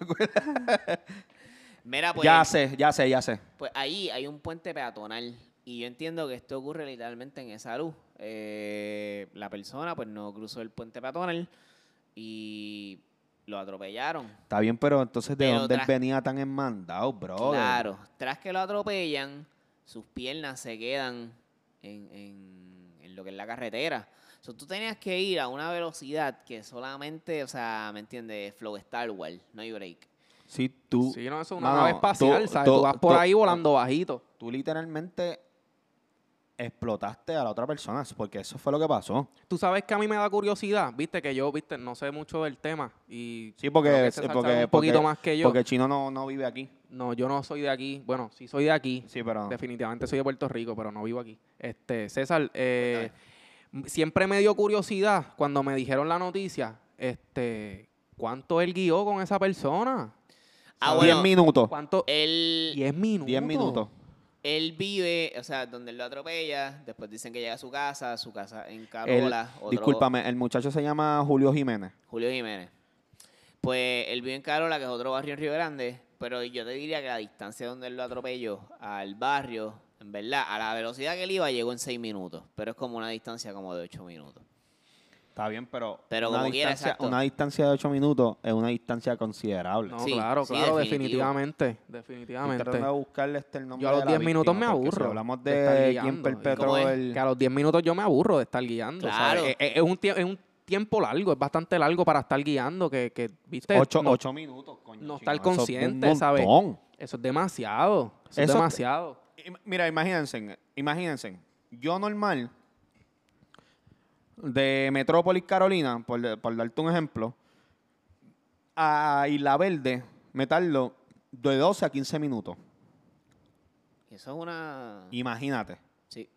mira, pues, Ya sé, ya sé, ya sé. pues ahí hay un puente peatonal. Y yo entiendo que esto ocurre literalmente en esa luz. Eh, la persona pues no cruzó el puente peatonal y lo atropellaron. Está bien, pero entonces, ¿de Pero dónde él tras- venía tan enmandado, bro? Claro, tras que lo atropellan, sus piernas se quedan en, en- en lo que es la carretera. So, tú tenías que ir a una velocidad que solamente, o sea, ¿me entiendes? Flow Star Wars, no hay break. Sí, tú... Sí, no, eso es una Mano, nave espacial, tú- ¿sabes? tú- Tú vas por tú- ahí volando bajito. Tú literalmente explotaste a la otra persona, porque eso fue lo que pasó. Tú sabes que a mí me da curiosidad, viste, que yo, viste, no sé mucho del tema y Sí, porque, creo que este porque, sabe porque, un poquito más que yo. porque el chino no, no vive aquí. No, yo no soy de aquí. Bueno, sí soy de aquí. Sí, ah. pero Definitivamente soy de Puerto Rico, pero no vivo aquí. Este, César, eh, m- siempre me dio curiosidad cuando me dijeron la noticia, este, ¿cuánto él guió con esa persona? Ah, 10 bueno, minutos. ¿Cuánto? él, 10 minutos. 10 Oh. minutos. él vive, o sea, donde lo atropella, después dicen que llega a su casa, su casa en El- Carola. Ah, otro- discúlpame, el muchacho se llama Julio Jiménez. Julio Jiménez. Pues él vive en Carola, que es otro barrio en Río Grande, pero yo te diría que la distancia donde él lo atropelló al barrio, en verdad, a la velocidad que él iba, llegó en 6 minutos, pero es como una distancia como de 8 minutos. Está bien, pero, Pero una, como quiera, distancia, exacto. una distancia de 8 minutos es una distancia considerable. No, Sí, claro, sí, claro, definitivo. definitivamente. Estoy Definitivamente. tratando de buscarle este el nombre Yo a los de la 10 minutos víctima, me porque si aburro hablamos de de, estar quién guiando. ¿Y cómo perpetró es? el... Que a los 10 minutos yo me aburro de estar guiando. Claro. ¿sabes? Eh, Es, es- es un tie- es un tiempo largo, es bastante largo para estar guiando, que, que viste, Ocho, no- ocho minutos, coño. no chico, estar eso es un consciente, ¿sabes? montón. eso es demasiado. Eso, es Eso- demasiado. Im- Mira, imagínense, imagínense. Yo normal, de Metrópolis, Carolina, por, de- por darte un ejemplo, a Isla Verde me tardo de 12 a 15 minutos. Y Eso es una... Imagínate. Sí,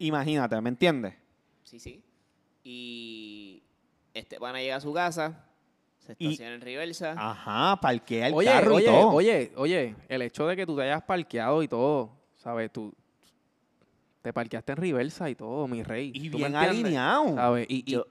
Imagínate, ¿me entiendes? sí, sí. Y este van a llegar a su casa, se Y- estaciona en Riversa. Ajá, parquea el oye, carro y oye, todo. oye, oye, el hecho de que tú te hayas parqueado y todo, ¿sabes? Tú te parqueaste en reversa y todo, mi rey. y ¿Tú me bien entiendes? alineado. ¿Sabes? Y, y Yo-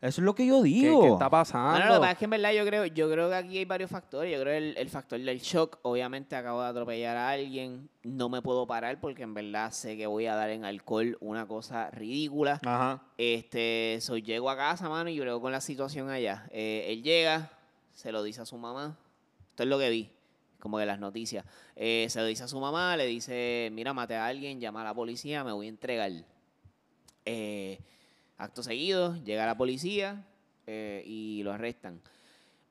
Eso es lo que yo ¿qué- ¿qué, digo. está pasando? Bueno, lo que pasa es que en verdad yo creo, yo creo que aquí hay varios factores. Yo creo el, el factor del shock. Obviamente acabo de atropellar a alguien. No me puedo parar porque en verdad sé que voy a dar en alcohol una cosa ridícula. Ajá. Este, so, llego a casa, mano, y yo creo con la situación allá. Eh, él llega, se lo dice a su mamá. Esto es lo que vi, como de las noticias. Eh, se lo dice a su mamá, le dice, mira, maté a alguien, llama a la policía, me voy a entregar. Eh, acto seguido, llega la policía eh, y lo arrestan.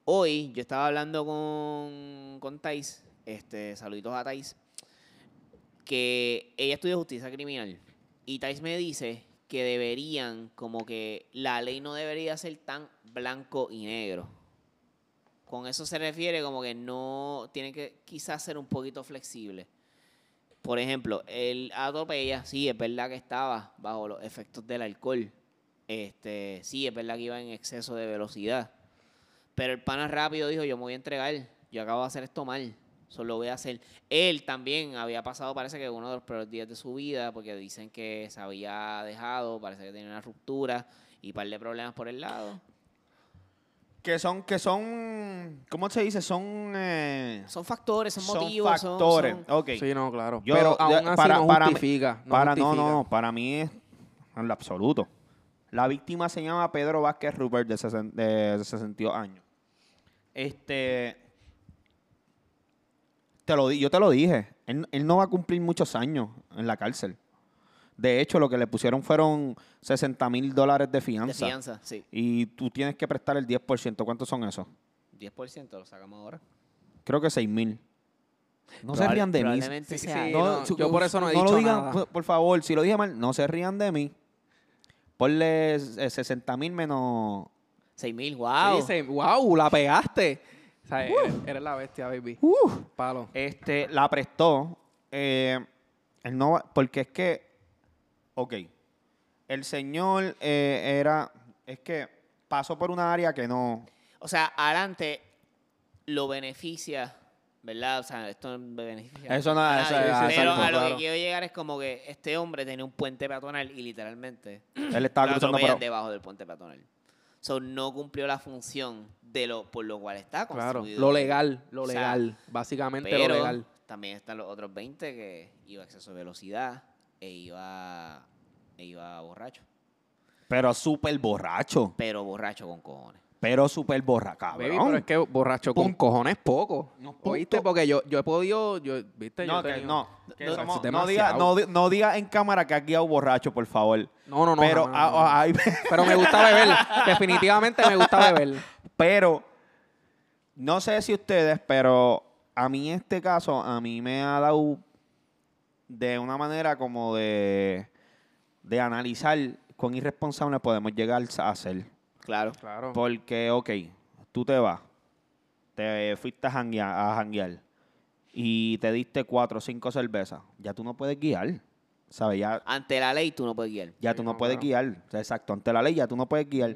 Hoy yo estaba hablando con, con Thais, este, saluditos a Thais, que ella estudia justicia criminal. Y Thais me dice que deberían, como que la ley no debería ser tan blanco y negro. Con eso se refiere como que no, tiene que quizás ser un poquito flexible. Por ejemplo, el atropella, sí, es verdad que estaba bajo los efectos del alcohol. Este, sí, es verdad que iba en exceso de velocidad. Pero el pana rápido dijo, yo me voy a entregar, yo acabo de hacer esto mal, solo voy a hacer. Él también había pasado, parece que uno de los peores días de su vida, porque dicen que se había dejado, parece que tenía una ruptura y par de problemas por el lado. Que son, que son, ¿cómo se dice? Son, eh, Son factores, son, motivos, son- factores. son- Ok. Sí, no, claro. Yo- Pero yo- aún así para- no para mí- justifica. no para, no, justifica. no, no, para mí es en lo absoluto. La víctima se llama Pedro Vázquez Rupert, de, sesen- de 62 años. Este. Te lo, di- yo te lo dije. Él, él no va a cumplir muchos años en la cárcel. De hecho, lo que le pusieron fueron 60 mil dólares de de fianza. fianza, sí. Y tú tienes que prestar el 10%. ¿Cuántos son esos? 10% lo sacamos ahora. Creo que 6 mil. No se Probable- rían de mí. probablemente Sí, sea sí, eso. no, yo por eso no he lo dicho digan, nada. Por, por favor, si lo dije mal, no se rían de mí. Ponle 60 mil menos... 6 mil, Sí, wow. se- wow, la pegaste. O sea, eres, eres la bestia, baby. Palo. Este, la prestó. eh, él no va- porque es que... Ok. El señor eh, era... Es que pasó por una área que no... O sea, adelante lo beneficia, ¿verdad? O sea, esto no beneficia. Eso no- a eso- nadie, ah, Pero exacto, a lo claro. que quiero llegar es como que este hombre tenía un puente peatonal y literalmente Él lo estaba cruzando atropellan por... debajo del puente peatonal. So, no cumplió la función de lo por lo cual está Claro. construido. Lo legal, lo O sea, legal. básicamente Pero lo legal. también están los otros 20 que iba a exceso de velocidad e iba, e iba borracho. Pero súper borracho. Pero borracho con cojones. Pero súper borracabrón. Ah, Baby, pero es que borracho con Punto. cojones poco. No, punto. ¿Oíste? Porque yo, yo he podido, yo, ¿viste? Yo No, he que tenido- no. que No, somos- es no diga, demasiado. no, di- no diga en cámara que ha guiado borracho, por favor. No, no, no. pero, jamás, no, no. ah, ay, (laughs) pero me gusta beber. Definitivamente me gusta beber. pero no sé si ustedes, pero a mí este caso, a mí me ha dado de una manera como de, de analizar cuán irresponsable podemos llegar a ser. Claro. Claro. Porque, ok, tú te vas, te fuiste a janguear, a janguear y te diste cuatro o cinco cervezas, ya tú no puedes guiar, ¿sabes? Ya, Ante la ley tú no puedes guiar. ya Sí, tú no no, puedes guiar, O sea, exacto, ante la ley ya tú no puedes guiar,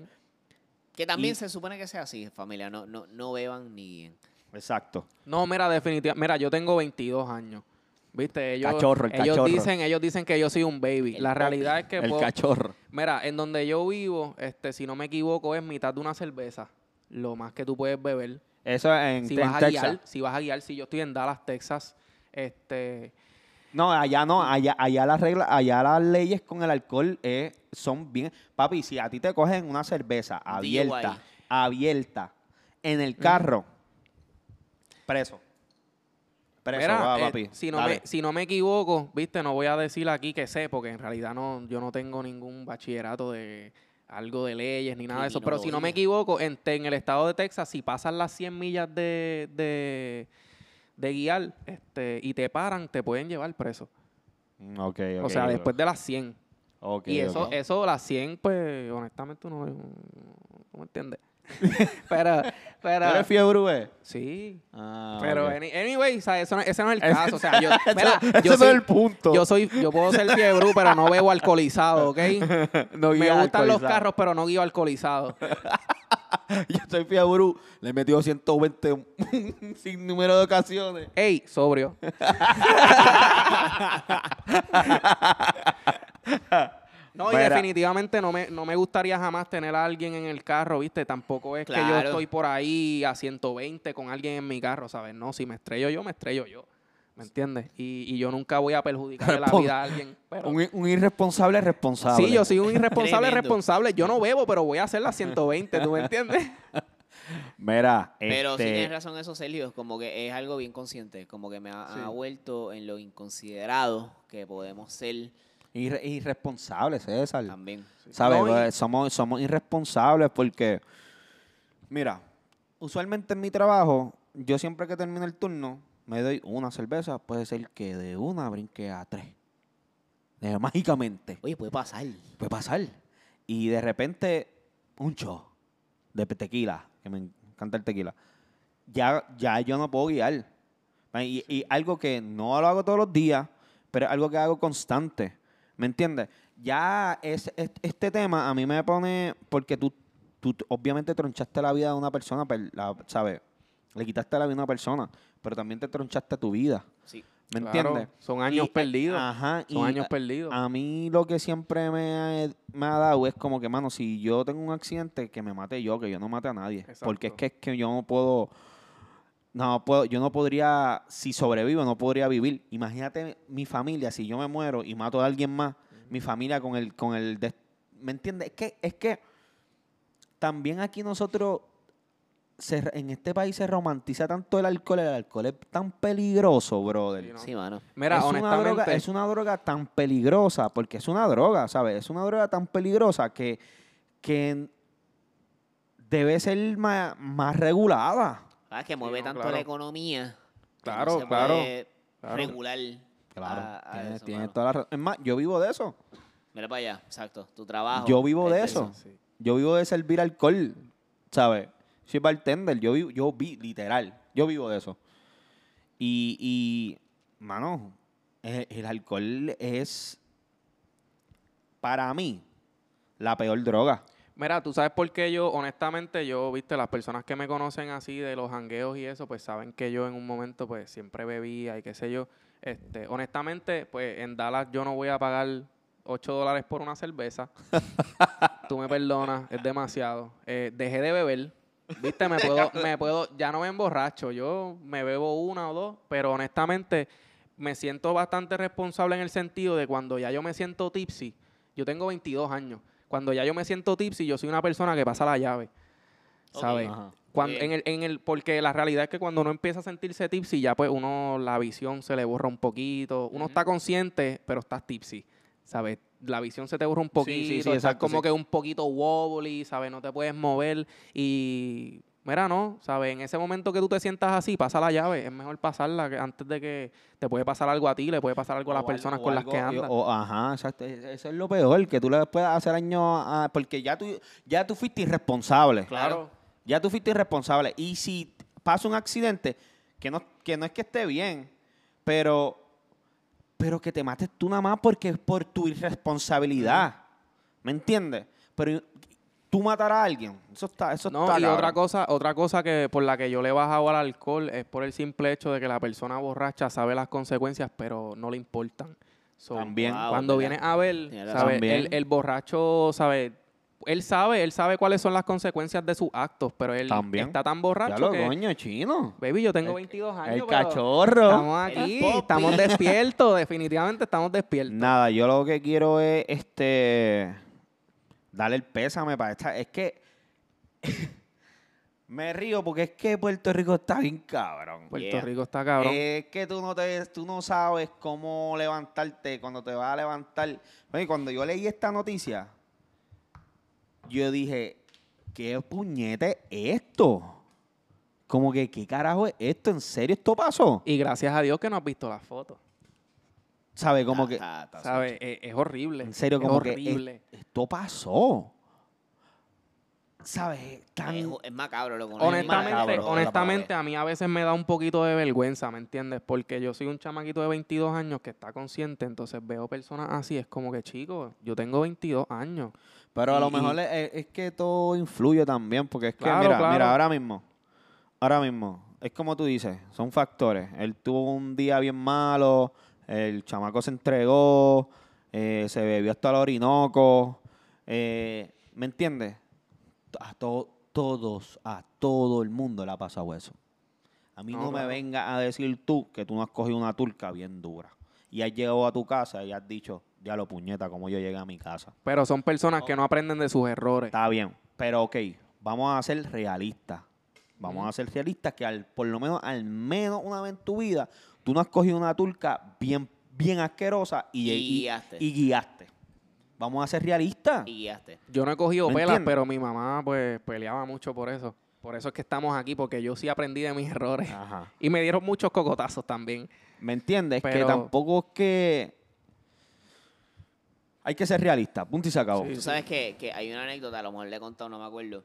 Que también Y- se supone que sea así, familia. No, no, no beban ni guíen. exacto. No, mira, definitivamente. Mira, yo tengo 22 años. ¿Viste? Ellos, Cachorro, el ellos cachorro. dicen, ellos dicen que yo soy un baby. El La papi. realidad es que El puedo- cachorro. Mira, en donde yo vivo, este, si no me equivoco, es mitad de una cerveza. Lo más que tú puedes beber. Eso en, Si en vas a Texas. guiar, si vas a guiar, si yo estoy en Dallas, Texas, este, No, allá no, allá, allá las reglas, allá las leyes con el alcohol eh, son bien. Papi, si a ti te cogen una cerveza abierta, DUI. abierta, en Mm. el carro, preso. Preso, Mira, va, eh, papi. si, no me, dale. si no me equivoco, viste, no voy a decir aquí que sé, porque en realidad no, yo no tengo ningún bachillerato de algo de leyes ni nada de eso. Pero si no me Criminología. equivoco, en, te- en el estado de Texas, si pasas las 100 millas de, de, de guiar este, y te paran, te pueden llevar preso. Mm, ok, o ok, sea, ok. después de las 100. Ok, y eso, ok. eso, las 100, pues, honestamente, no, no, no me entiende. (laughs) pero, ¿Tú pero... eres fiebre, güey? Sí. Ah, Pero, (laughs) ok. any- anyway, o sea, eso no- ese no es el caso. O sea, yo, mira, (laughs) Ese yo no soy- es el punto. yo soy, yo puedo ser fiebre, pero no bebo alcoholizado, ¿ok? (laughs) No Me guías gustan los alcoholizado. carros, pero no guío alcoholizado. (laughs) Yo soy fiebre, le he metido 120 (laughs) sin número de ocasiones. Ey, (laughs) sobrio. No, y Mira. definitivamente no me, no me gustaría jamás tener a alguien en el carro, ¿viste? Tampoco es que yo Claro. estoy por ahí a 120 con alguien en mi carro, ¿sabes? No, si me estrello yo, me estrello yo. ¿Me entiendes? Y, y yo nunca voy a perjudicarle la Pon- vida a alguien. pero- Un, un irresponsable es responsable. Sí, yo soy un irresponsable Tremendo. responsable. Yo no bebo, pero voy a hacer las 120, ¿tú me entiendes? Mira, Pero este... sí tienes razón eso, Sergio. Como que es algo bien consciente. Como que me ha, Sí. ha vuelto en lo inconsiderado que podemos ser Irre- irresponsable, César. también. ¿Sabes? No, y- Pues, somos, somos irresponsables porque, mira, usualmente en mi trabajo, yo siempre que termino el turno, me doy una cerveza, puede ser que de una brinque a tres. Eh, mágicamente. Oye, puede pasar. Puede pasar. Y de repente, un show de pe- tequila, que me encanta el tequila. Ya, ya yo no puedo guiar. Ma, Y, y algo que no lo hago todos los días, pero es algo que hago constante. ¿Me entiendes? Ya es, es- este tema a mí me pone, porque tú, tú t- obviamente tronchaste la vida de una persona, per- la- ¿sabes? Le quitaste la vida a una persona, pero también te tronchaste tu vida. Sí. (laughs) ¿Me Claro, entiendes? Son años Y- eh, perdidos. Ajá, Son y- ah, años perdidos. a mí lo que siempre me ha, me ha dado es como que, mano, si yo tengo un accidente, que me mate yo, que yo no mate a nadie. Porque es Exacto. que, es que yo no puedo, no puedo, yo no podría, si sobrevivo, no podría vivir. Imagínate mi familia, si yo me muero y mato a alguien más, mi familia con el, con el, des- ¿me entiendes? Es que, es que también aquí nosotros, se- en este país se romantiza tanto el alcohol, el alcohol es tan peligroso, brother Sí, No. Sí, mano. Mira, es honestamente, Una droga, es una droga tan peligrosa, porque es una droga, ¿sabes? Es una droga tan peligrosa que, que debe ser ma- más, regulada. Ah, que mueve no, tanto claro. la economía. que Claro, no se claro, puede claro. Regular. a- a tienes, eso, tienes mano. toda la ra- Es más, yo vivo de eso. Mira para allá, exacto. Tu trabajo. este, Yo vivo de es eso. Yo vivo de servir alcohol, ¿sabes? Soy bartender, yo, vi- yo vi, literal, yo vivo de eso. Y, y mano, eh, el alcohol es, para mí, la peor droga. Mira, tú sabes por qué yo, honestamente, yo, viste, las personas que me conocen así de los jangueos y eso, pues saben que yo en un momento, pues siempre bebía y qué sé yo. Este, honestamente, pues en Dallas yo no voy a pagar 8 dólares por una cerveza. tú me perdonas, es demasiado. Eh, dejé de beber. Viste, me puedo, me puedo, ya no me emborracho. Yo me bebo una o dos, pero honestamente me siento bastante responsable en el sentido de cuando ya yo me siento tipsy. Yo tengo 22 años. Cuando ya yo me siento tipsy, yo soy una persona que pasa la llave. Ok. ¿Sabes? Ajá. Cuando, Bien. en el, en el, porque la realidad es que cuando uno empieza a sentirse tipsy, ya pues uno la visión se le borra un poquito. Uno Ujú. está consciente, pero estás tipsy. ¿Sabes? La visión se te borra un sí, poquito. estás exacto, como sí. que un poquito wobbly, ¿sabes? No te puedes mover. Y Mira, no, ¿sabes? En ese momento que tú te sientas así, pasa la llave. Es mejor pasarla que antes de que te puede pasar algo a ti, le puede pasar algo a las O personas algo- o con las algo- que andas. o- ajá, exacto. E- Eso es lo peor, que tú le puedas hacer daño a... Porque ya tú, ya tú fuiste irresponsable. Claro. Ya tú fuiste irresponsable. Y si pasa un accidente, que no, que no es que esté bien, pero, pero que te mates tú nada más porque es por tu irresponsabilidad. ¿Me entiendes? Pero tú matar a alguien, eso está, eso No, está y cabrón. otra cosa, otra cosa que por la que yo le he bajado al alcohol es por el simple hecho de que la persona borracha sabe las consecuencias, pero no le importan. So, También. ah, Wow. Cuando ¿verdad? viene a ver, Tiene ¿sabe? razón. También. El, el borracho, sabe, él sabe, él sabe cuáles son las consecuencias de sus actos, pero él También. está tan borracho Ya lo que, coño, chino. baby, yo tengo El- 22 años, El pero cachorro. estamos El aquí, popi. estamos despiertos, definitivamente estamos (laughs) despiertos. Nada, yo lo que quiero es este darle el pésame para esta. Es que (laughs) me río porque es que Puerto Rico está bien cabrón. Puerto Yeah. Rico está cabrón. Es que tú no, te, tú no sabes cómo levantarte cuando te vas a levantar. Oye, cuando yo leí esta noticia, yo dije, ¿qué puñete es esto? Como que, ¿qué carajo es esto? ¿En serio esto pasó? y gracias a Dios que no has visto las fotos. ¿Sabes? Como que... Ta, ta, ta, ¿Sabes? Es, Eh, es horrible. En serio, es como horrible. que es- esto pasó. ¿Sabes? Tan... Es, es macabro lo que uno- es Honestamente, macabro, honestamente a mí a veces me da un poquito de vergüenza, ¿me entiendes? Porque yo soy un chamaquito de 22 años que está consciente, entonces veo personas así, es como que, chico, yo tengo 22 años. Pero a Y- lo y- mejor es, es que todo influye también, porque es que, Claro, mira, claro. mira, ahora mismo, ahora mismo, es como tú dices, son factores. Él tuvo un día bien malo, el chamaco se entregó, eh, se bebió hasta el orinoco, eh, ¿me entiendes? A to- todos, a todo el mundo le ha pasado eso. A mí No, no, me claro. venga a decir tú que tú no has cogido una turca bien dura y has llegado a tu casa y has dicho, ya lo puñeta, como yo llegué a mi casa. Pero son personas que no aprenden de sus errores. Está bien, pero ok, vamos a ser realistas. Vamos a ser realistas que al, por lo menos, al menos una vez en tu vida, tú no has cogido una turca bien, bien asquerosa Y y, y- guiaste. y guiaste. Vamos a ser realistas. Y guiaste. Yo no he cogido ¿Me pelas, entiendes? pero mi mamá pues peleaba mucho por eso. Por eso es que estamos aquí, porque yo sí aprendí de mis errores. Ajá. (laughs) Y me dieron muchos cocotazos también. ¿Me entiendes? Que Pero- tampoco es que... Hay que ser realistas. Punto y se acabó. Sí. Tú sabes que, que hay una anécdota, a lo mejor le he contado, no me acuerdo.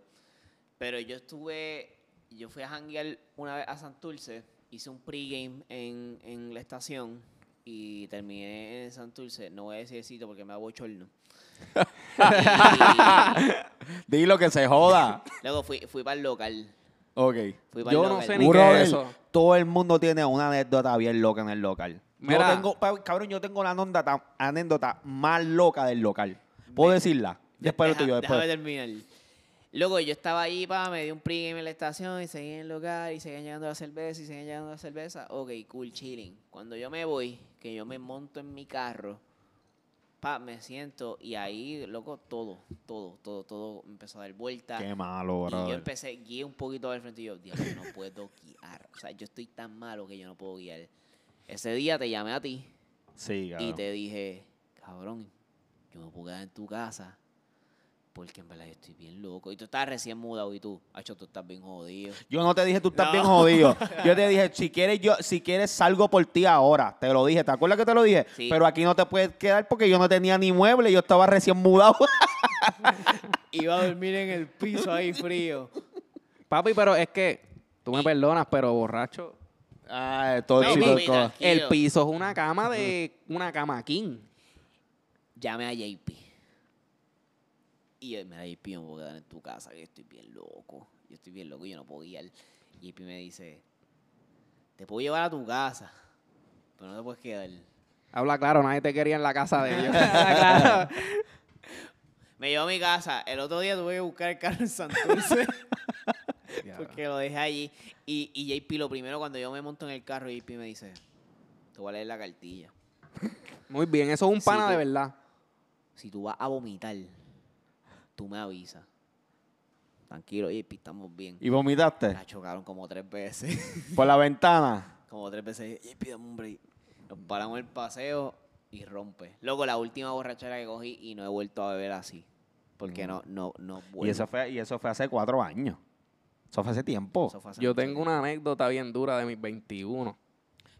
Pero yo estuve, yo fui a janguear una vez a Santurce, hice un pregame en, en la estación y terminé en Santurce. No voy a decir el sitio porque me da (laughs) bochorno. Y Dilo que se joda. luego fui, fui para el local. ok. Fui para el Yo no local. sé ni qué Brother, es eso. todo el mundo tiene una anécdota bien loca en el local. Mira. Yo tengo, pa- cabrón, yo tengo la anécdota, anécdota más loca del local. ¿Puedo decirla? Después lo Deja- tuyo, después. Déjame terminar. Luego yo estaba ahí, pa, me di un pregame en la estación y seguí en el local y seguían llegando la cerveza y seguían llegando la cerveza. Ok, cool, chilling. Cuando yo me voy, que yo me monto en mi carro, pa, me siento y ahí, loco, todo, todo, todo, todo empezó a dar vuelta. Qué malo, Y yo brother. empecé, guié un poquito al frente y yo, diablo, no puedo guiar. O sea, yo estoy tan malo que yo no puedo guiar. Ese día te llamé a ti Sí, y cabrón. te dije, cabrón, yo me puedo quedar en tu casa porque en verdad yo estoy bien loco. Y tú estás recién mudado y tú, hecho tú estás bien jodido. Yo no te dije tú estás No. bien jodido. (laughs) Yo te dije, si quieres, yo, si quieres, salgo por ti ahora. Te lo dije. ¿Te acuerdas que te lo dije? Sí. Pero aquí no te puedes quedar porque yo no tenía ni mueble, yo estaba recién mudado. (laughs) Iba a dormir en el piso ahí frío. Papi, pero es que, tú me perdonas, pero borracho, ah, todo No, sí, mami, todo- mira. Tranquilo. el piso es una cama de una cama king. Llamé a JP. Y yo, mira, JP, yo me puedo quedar en tu casa que yo estoy bien loco. Yo estoy bien loco y yo no puedo guiar. Y JP me dice, te puedo llevar a tu casa, pero no te puedes quedar. Habla claro, nadie te quería en la casa de (laughs) ellos. (laughs) Habla claro. Me llevó a mi casa. El otro día tuve que buscar el carro en Santurce. porque lo dejé allí. Y, y JP, lo primero, cuando yo me monto en el carro, JP me dice, te voy a leer la cartilla. Muy bien, eso es un Sí, pana tú- de verdad. Si tú vas a vomitar, tú me avisas. Tranquilo, JP, estamos bien. ¿Y vomitaste? La chocaron como tres veces. (laughs) Por la ventana. como tres veces. JP, dame un break. Nos paramos el paseo y rompe. Luego, la última borrachera que cogí y no he vuelto a beber así. Porque no, no, no Y eso, fue, y eso fue hace cuatro años. O Eso fue hace tiempo. Eso fue hace Yo mucho tengo tiempo. una anécdota bien dura de mis 21.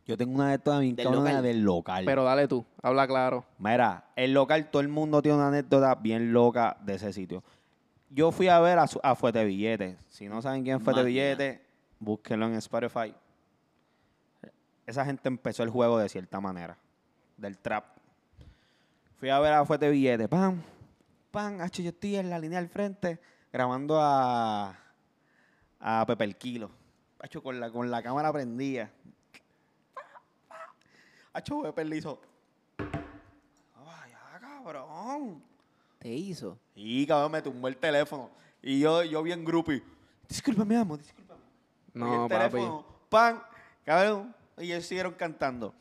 Yo tengo una de estas bien Del cabrona local. del local. Pero dale tú, habla claro. Mira, el local, todo el mundo tiene una anécdota bien loca de ese sitio. Yo fui a ver a, su- a Fuete Billete. Si no saben quién es Fuete Máquina. Billete, búsquenlo en Spotify. Esa gente empezó el juego de cierta manera, del trap. Fui a ver a Fuete Billete, pam, pam, hacho, yo estoy en la línea del frente grabando a, a Pepe el Kilo. Hacho, con la, con la cámara prendida. Hacho, Pepe le hizo... Vaya, cabrón. Te hizo. Y cabrón, me tumbó el teléfono. Y yo, yo bien groupie. Discúlpame, amo, discúlpame. y No, el papi. teléfono, pan, cabrón. Y ellos siguieron cantando.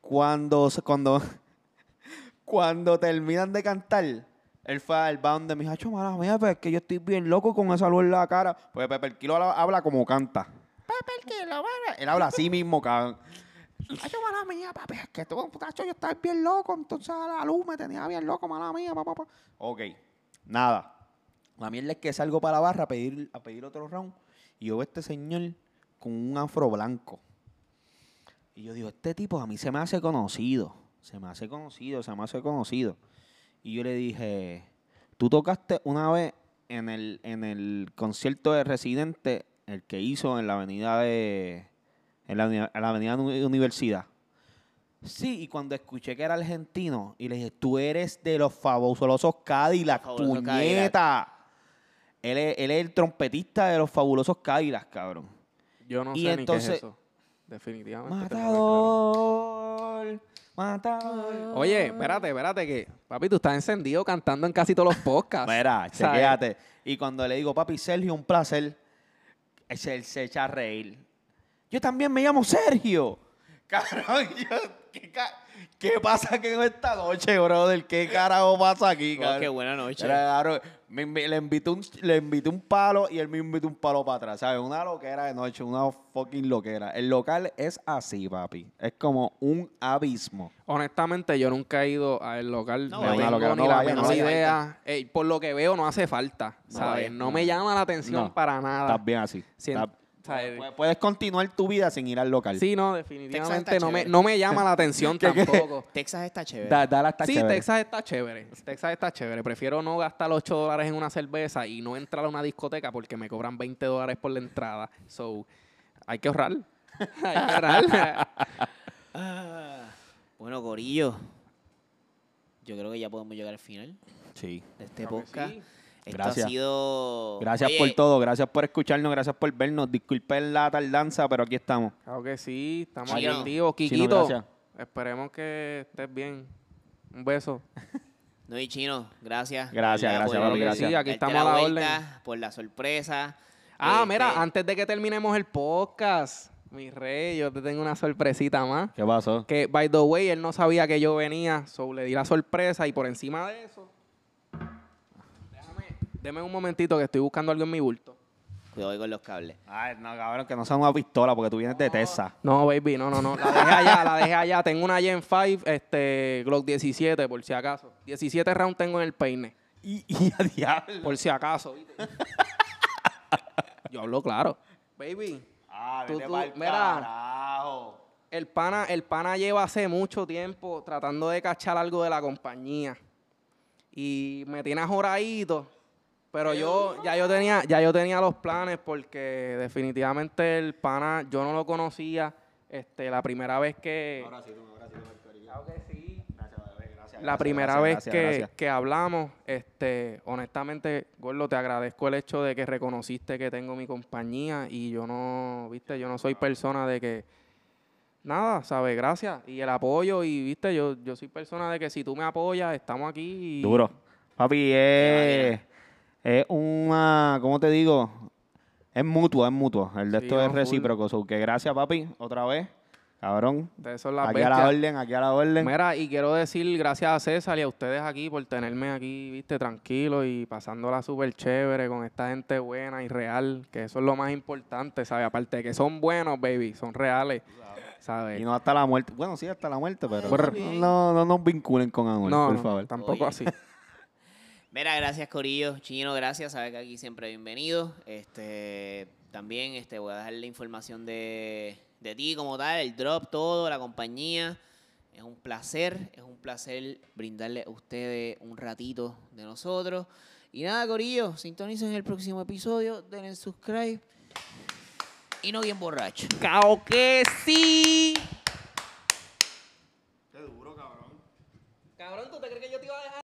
Cuando, se- cuando, (laughs) cuando terminan de cantar, él fue al bound de mi hacho, mala mía, pero es que yo estoy bien loco con esa luz en la cara. Porque Pepe el Kilo habla, habla como canta. Pepe el Kilo, mala. Él habla así mismo, cabrón. Hacho, mala mía, papi, es que tú, tacho, yo estaba bien loco, entonces la luz me tenía bien loco, mala mía, papá. papá. Ok, nada. La mierda es que salgo para la barra a pedir, a pedir otro round y yo veo a este señor con un afro blanco. Y yo digo, este tipo a mí se me hace conocido, se me hace conocido, se me hace conocido. Y yo le dije, tú tocaste una vez en el, en el concierto de Residente, el que hizo en la avenida de... En la, uni- en la avenida Uni- Universidad. Sí, y cuando escuché que era argentino, y le dije, tú eres de los fabulosos Cadillac, Fabulosos puñeta. Cadillac. Él, es, él es el trompetista de los fabulosos Cadillac, cabrón. Yo no Y sé ni qué entonces- es eso. este Definitivamente. te lo declaro. Matador, matador. Oye, espérate, espérate que papi, tú estás encendido cantando en casi todos los podcasts. Mira, (laughs) O sea, chequéate. Y cuando le digo, papi, Sergio, un placer, él se, él se echa a reír. Yo también me llamo Sergio. (laughs) Cabrón, yo, ¿qué, ca- qué pasa aquí en esta noche, brother? ¿Qué carajo pasa aquí, Oh, cabrón? qué buena noche. Era, cabrón, me invi- le, invité un, le invité un palo y él me invitó un palo para atrás, ¿sabes? Una loquera de noche, una fucking loquera. El local es así, papi. Es como un abismo. Honestamente, yo nunca he ido al local. No, No, vaya, tengo local, ni no la vaya, no menor hace idea. Ey, por lo que veo, no hace falta. No ¿Sabes? vaya, no, no. me llama la atención No, para nada. Estás bien así. Sien- Estás- ¿sabes? Pu- Puedes continuar tu vida sin ir al local. Sí, no, Texas está definitivamente no me, chévere. no me llama la (laughs) atención tampoco. Texas está chévere. Da- Dallas está sí, chévere. Texas está chévere. Texas está chévere. Prefiero no gastar 8 dólares en una cerveza y no entrar a una discoteca porque me cobran 20 dólares por la entrada. So, hay que ahorrar. (laughs) hay (laughs) que ahorrar. Ah, bueno, Gorillo. Yo creo que ya podemos llegar al final Sí. de este Creo que podcast. sí. Esto Gracias. ha sido. Gracias Oye, por todo, gracias por escucharnos, gracias por vernos. Disculpen la tardanza, pero aquí estamos. Claro que sí, estamos Chino. activos. Chino, Quiquito, gracias. esperemos que estés bien. Un beso. Este No, y chino, gracias. Gracias, ¿verdad? gracias, por- papi, gracias. Sí, darte aquí estamos a la vuelta, Por la sorpresa. Ah, Este, mira, antes de que terminemos el podcast, mi rey, yo te tengo una sorpresita más. ¿Qué pasó? Que, by the way, él no sabía que yo venía, so le di la sorpresa y por encima de eso, déjame, deme un momentito que estoy buscando algo en mi bulto. Cuidado ahí con los cables. Ay, no, cabrón, que no sea una pistola porque tú vienes de Texas. No, baby, no, no, no, la dejé allá, la dejé allá. (laughs) Tengo una Gen 5, este, Glock 17, por si acaso. 17 rounds tengo en el peine, Y, y a diablo. por si acaso, ¿viste? (laughs) Yo hablo claro. Baby, Ah, Tú- vete tú- pa'l mira. carajo. El pana, el pana lleva hace mucho tiempo tratando de cachar algo de la compañía. Y me tiene ajoradito. Pero yo, ya yo tenía, ya yo tenía los planes porque definitivamente el pana, yo no lo conocía. Este, la primera vez que. Ahora sí, tú, ahora sí, tú, el corillo. Claro que sí. Gracias, bebé, gracias, La gracias, primera gracias, vez gracias, que, gracias. que hablamos, este, honestamente, Gordo, te agradezco el hecho de que reconociste que tengo mi compañía y yo no, viste, yo no soy persona de que nada, sabes, gracias y el apoyo y viste, yo, yo soy persona de que si tú me apoyas, estamos aquí. y- Duro. Papi, es, es una, ¿cómo te digo? Es mutuo, es mutuo. El de Sí, esto no, es full. recíproco. so que gracias, papi, otra vez. Cabrón. Ustedes son las Aquí a la bestias. orden, aquí a la orden. Mira, y quiero decir gracias a César y a ustedes aquí por tenerme aquí, viste, tranquilo y pasándola súper chévere con esta gente buena y real, que eso es lo más importante, ¿sabes? Aparte de que son buenos, baby, son reales, Y ¿sabes? no hasta la muerte. Bueno, sí, hasta la muerte, pero Brr. no, no nos vinculen con Anuel, No, por no, favor. tampoco Oye. así. Vera, gracias Corillo. Chino, gracias. Sabes que aquí siempre bienvenido. Este, también este, voy a dejar la información de, de ti como tal, el drop, todo, la compañía. Es un placer, es un placer brindarle a ustedes un ratito de nosotros. Y nada, Corillo, sintonicen el próximo episodio, denle subscribe. Y no bien borracho. ¡Cao que sí! Cabrón, ¿tú te crees que yo te iba a dejar?